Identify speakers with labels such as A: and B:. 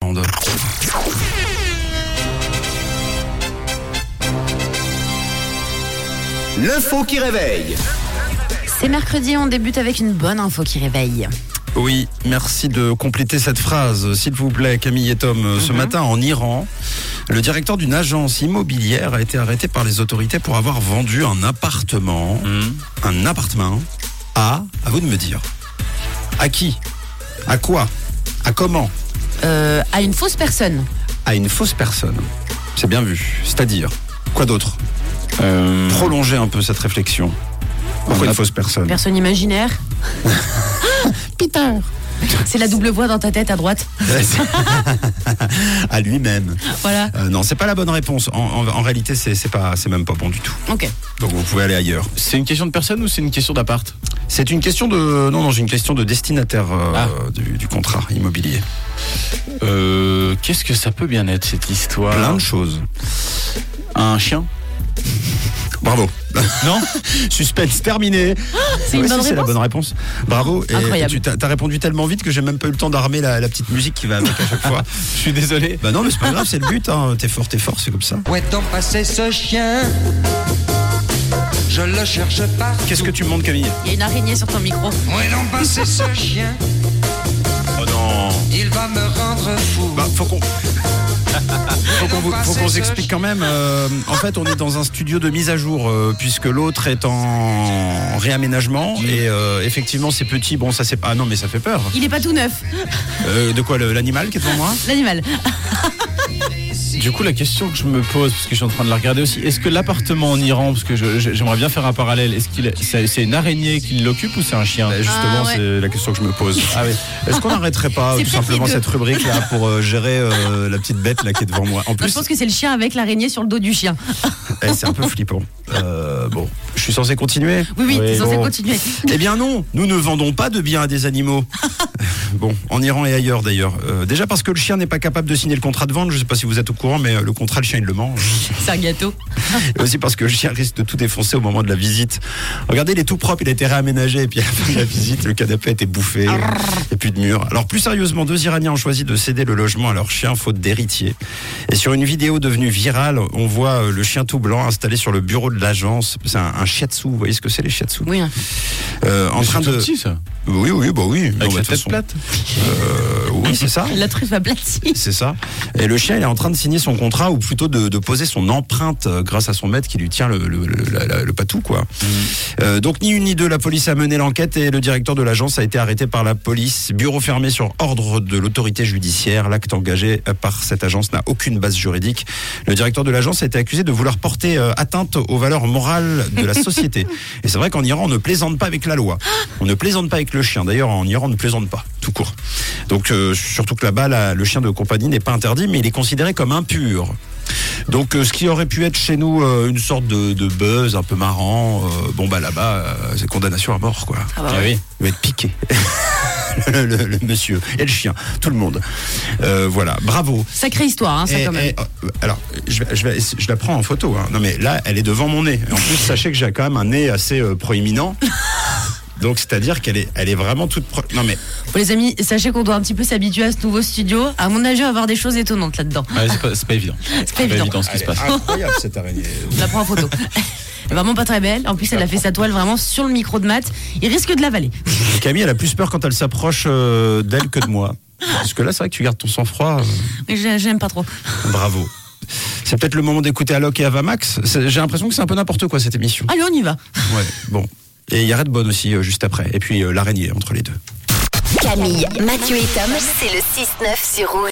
A: monde.
B: L'info qui réveille.
C: C'est mercredi, on débute avec une bonne info qui réveille.
A: Oui, merci de compléter cette phrase, s'il vous plaît, Camille et Tom. euh, Ce matin, en Iran, le directeur d'une agence immobilière a été arrêté par les autorités pour avoir vendu un appartement. Un appartement à, à vous de me dire, à qui À quoi À comment
C: Euh, à une fausse personne.
A: À une fausse personne. C'est bien vu. C'est-à-dire, quoi d'autre
D: Euh,
A: Prolongez un peu cette réflexion. Pourquoi une fausse personne
C: Personne imaginaire. Peter C'est la double voix dans ta tête à droite.
A: À lui-même.
C: Voilà.
A: Euh, non, c'est pas la bonne réponse. En, en- en réalité, c'est c'est pas, c'est même pas bon du tout.
C: Ok.
A: Donc vous pouvez aller ailleurs.
D: c'est une question de personne ou c'est une question d'appart
A: C'est une question de, non, non, j'ai une question de destinataire euh,
D: Ah.
A: du, du contrat immobilier.
D: euh, Qu'est-ce que ça peut bien être cette histoire
A: Plein de choses.
D: Un chien
A: Bravo.
D: Non
A: Suspense terminé.
C: Ah, C'est une
A: Ouais,
C: bonne
A: si, c'est la
C: réponse
A: bonne réponse. Bravo. Et
C: Incroyable.
A: tu t'as t'as répondu tellement vite que j'ai même pas eu le temps d'armer la, la petite musique qui va avec à chaque fois.
D: Je suis désolé.
A: Bah non, mais c'est pas grave, c'est le but. Hein. T'es fort, t'es fort, c'est comme ça.
E: Où est donc passé ce chien Je le cherche pas.
A: Qu'est-ce que tu montes, Camille
C: Il y a une araignée sur ton micro.
E: Où est donc passé ce chien
A: Oh non.
E: Il va me rendre fou.
A: Bah, faut qu'on. Faut qu'on vous- faut qu'on vous explique quand même. euh, en fait, on est dans un studio de mise à jour euh, puisque l'autre est en réaménagement et euh, effectivement c'est petit. Bon, ça c'est pas. Ah non, mais ça fait peur.
C: Il est pas tout neuf,
A: Euh, de quoi le- l'animal qui est devant moi
C: l'animal.
D: Du coup, la question que je me pose, parce que je suis en train de la regarder aussi, est-ce que l'appartement en Iran, parce que je- je- j'aimerais bien faire un parallèle, est-ce qu'il c'est c'est une araignée qui l'occupe ou c'est un chien
A: Bah, Justement,
C: Ah, ouais.
A: c'est la question que je me pose. Ah oui. Est-ce qu'on n'arrêterait pas
C: C'est
A: tout
C: peut-être
A: simplement
C: les deux.
A: cette rubrique là pour euh, gérer euh, la petite bête là qui est devant moi En
C: Non,
A: plus,
C: Bah, je pense que c'est le chien avec l'araignée sur le dos du chien.
A: eh, c'est un peu flippant. Euh, bon, je suis censé continuer.
C: Oui, oui,
D: Oui,
C: t'es censé
A: bon.
C: continuer.
A: Eh bien non, nous ne vendons pas de biens à des animaux. bon, en Iran et ailleurs d'ailleurs. Euh, déjà parce que le chien n'est pas capable de signer le contrat de vente, je ne sais pas si vous êtes au courant, mais euh, le contrat, le chien, il le mange.
C: C'est un gâteau.
A: Et aussi parce que le chien risque de tout défoncer au moment de la visite. Regardez, il est tout propre, il a été réaménagé, et puis à la fin de la visite, le canapé a été bouffé, et plus de mur. Alors plus sérieusement, deux Iraniens ont choisi de céder le logement à leur chien faute d'héritier. Et sur une vidéo devenue virale, on voit euh, le chien tout blanc installé sur le bureau de l'agence. C'est un, un shiatsu, vous voyez ce que c'est les shiatsu
C: Oui. hein.
A: Euh, En train de...
D: petit, ça.
A: Oui, oui, bah oui. Non,
D: Avec
A: bah,
D: la
A: de toute
D: tête
A: façon,
D: plate.
A: euh, oui, c'est ça.
C: La truffe aplatie.
A: C'est ça. Et le chien, il est en train de signer son contrat, ou plutôt de, de poser son empreinte euh, grâce à son maître qui lui tient le, le, le- la- la- le patou, quoi. Euh, donc, ni une ni deux, la police a mené l'enquête et le directeur de l'agence a été arrêté par la police. Bureau fermé sur ordre de l'autorité judiciaire. L'acte engagé par cette agence n'a aucune base juridique. Le directeur de l'agence a été accusé de vouloir porter euh, atteinte aux valeurs morales de la société. et c'est vrai qu'en Iran, on ne plaisante pas avec la loi. On ne plaisante pas avec le chien. D'ailleurs, en Iran, on ne plaisante pas, tout court. Donc, euh, surtout que là-bas, la- le chien de compagnie n'est pas interdit, mais il est considéré comme impur. Donc, euh, ce qui aurait pu être chez nous euh, une sorte de, de buzz un peu marrant, euh, bon, bah là-bas, euh, c'est condamnation à mort, quoi.
C: Ah bah
D: Ah oui.
A: Il va être piqué. le, le- le monsieur et le chien, tout le monde. Euh, voilà, bravo.
C: Sacrée histoire, hein, ça
A: Eh,
C: quand même.
A: eh, euh, alors, je, vais- je, vais- je la prends en photo. hein. Non, mais là, elle est devant mon nez. En plus, sachez que j'ai quand même un nez assez euh, proéminent. Donc, c'est-à-dire qu'elle est, elle est vraiment toute. pro- Non, mais
C: Bon, les amis, sachez qu'on doit un petit peu s'habituer à ce nouveau studio. À mon avis, on va avoir des choses étonnantes là-dedans.
D: Ouais, c'est pas, c'est pas évident.
A: Ah,
C: C'est
A: bah,
C: pas évident.
D: ce qui se passe.
A: incroyable cette araignée.
C: Je la prends en photo. Elle est Vraiment pas très belle. En plus, elle a fait sa toile vraiment sur le micro de Matt. Il risque de l'avaler.
A: Camille, elle a plus peur quand elle s'approche euh, d'elle que de moi. Parce que là, c'est vrai que tu gardes ton sang-froid. euh,
C: Mais j'ai- J'aime pas trop.
A: Bravo. C'est peut-être le moment d'écouter Alok et Avamax. C'est- J'ai l'impression que c'est un peu n'importe quoi cette émission.
C: Allez, on y va.
A: Ouais, bon. Et il y a Redbone aussi euh, juste après. Et puis euh, l'araignée entre les deux.
F: Camille, Mathieu et Tom, c'est le 6-9 sur Rouge.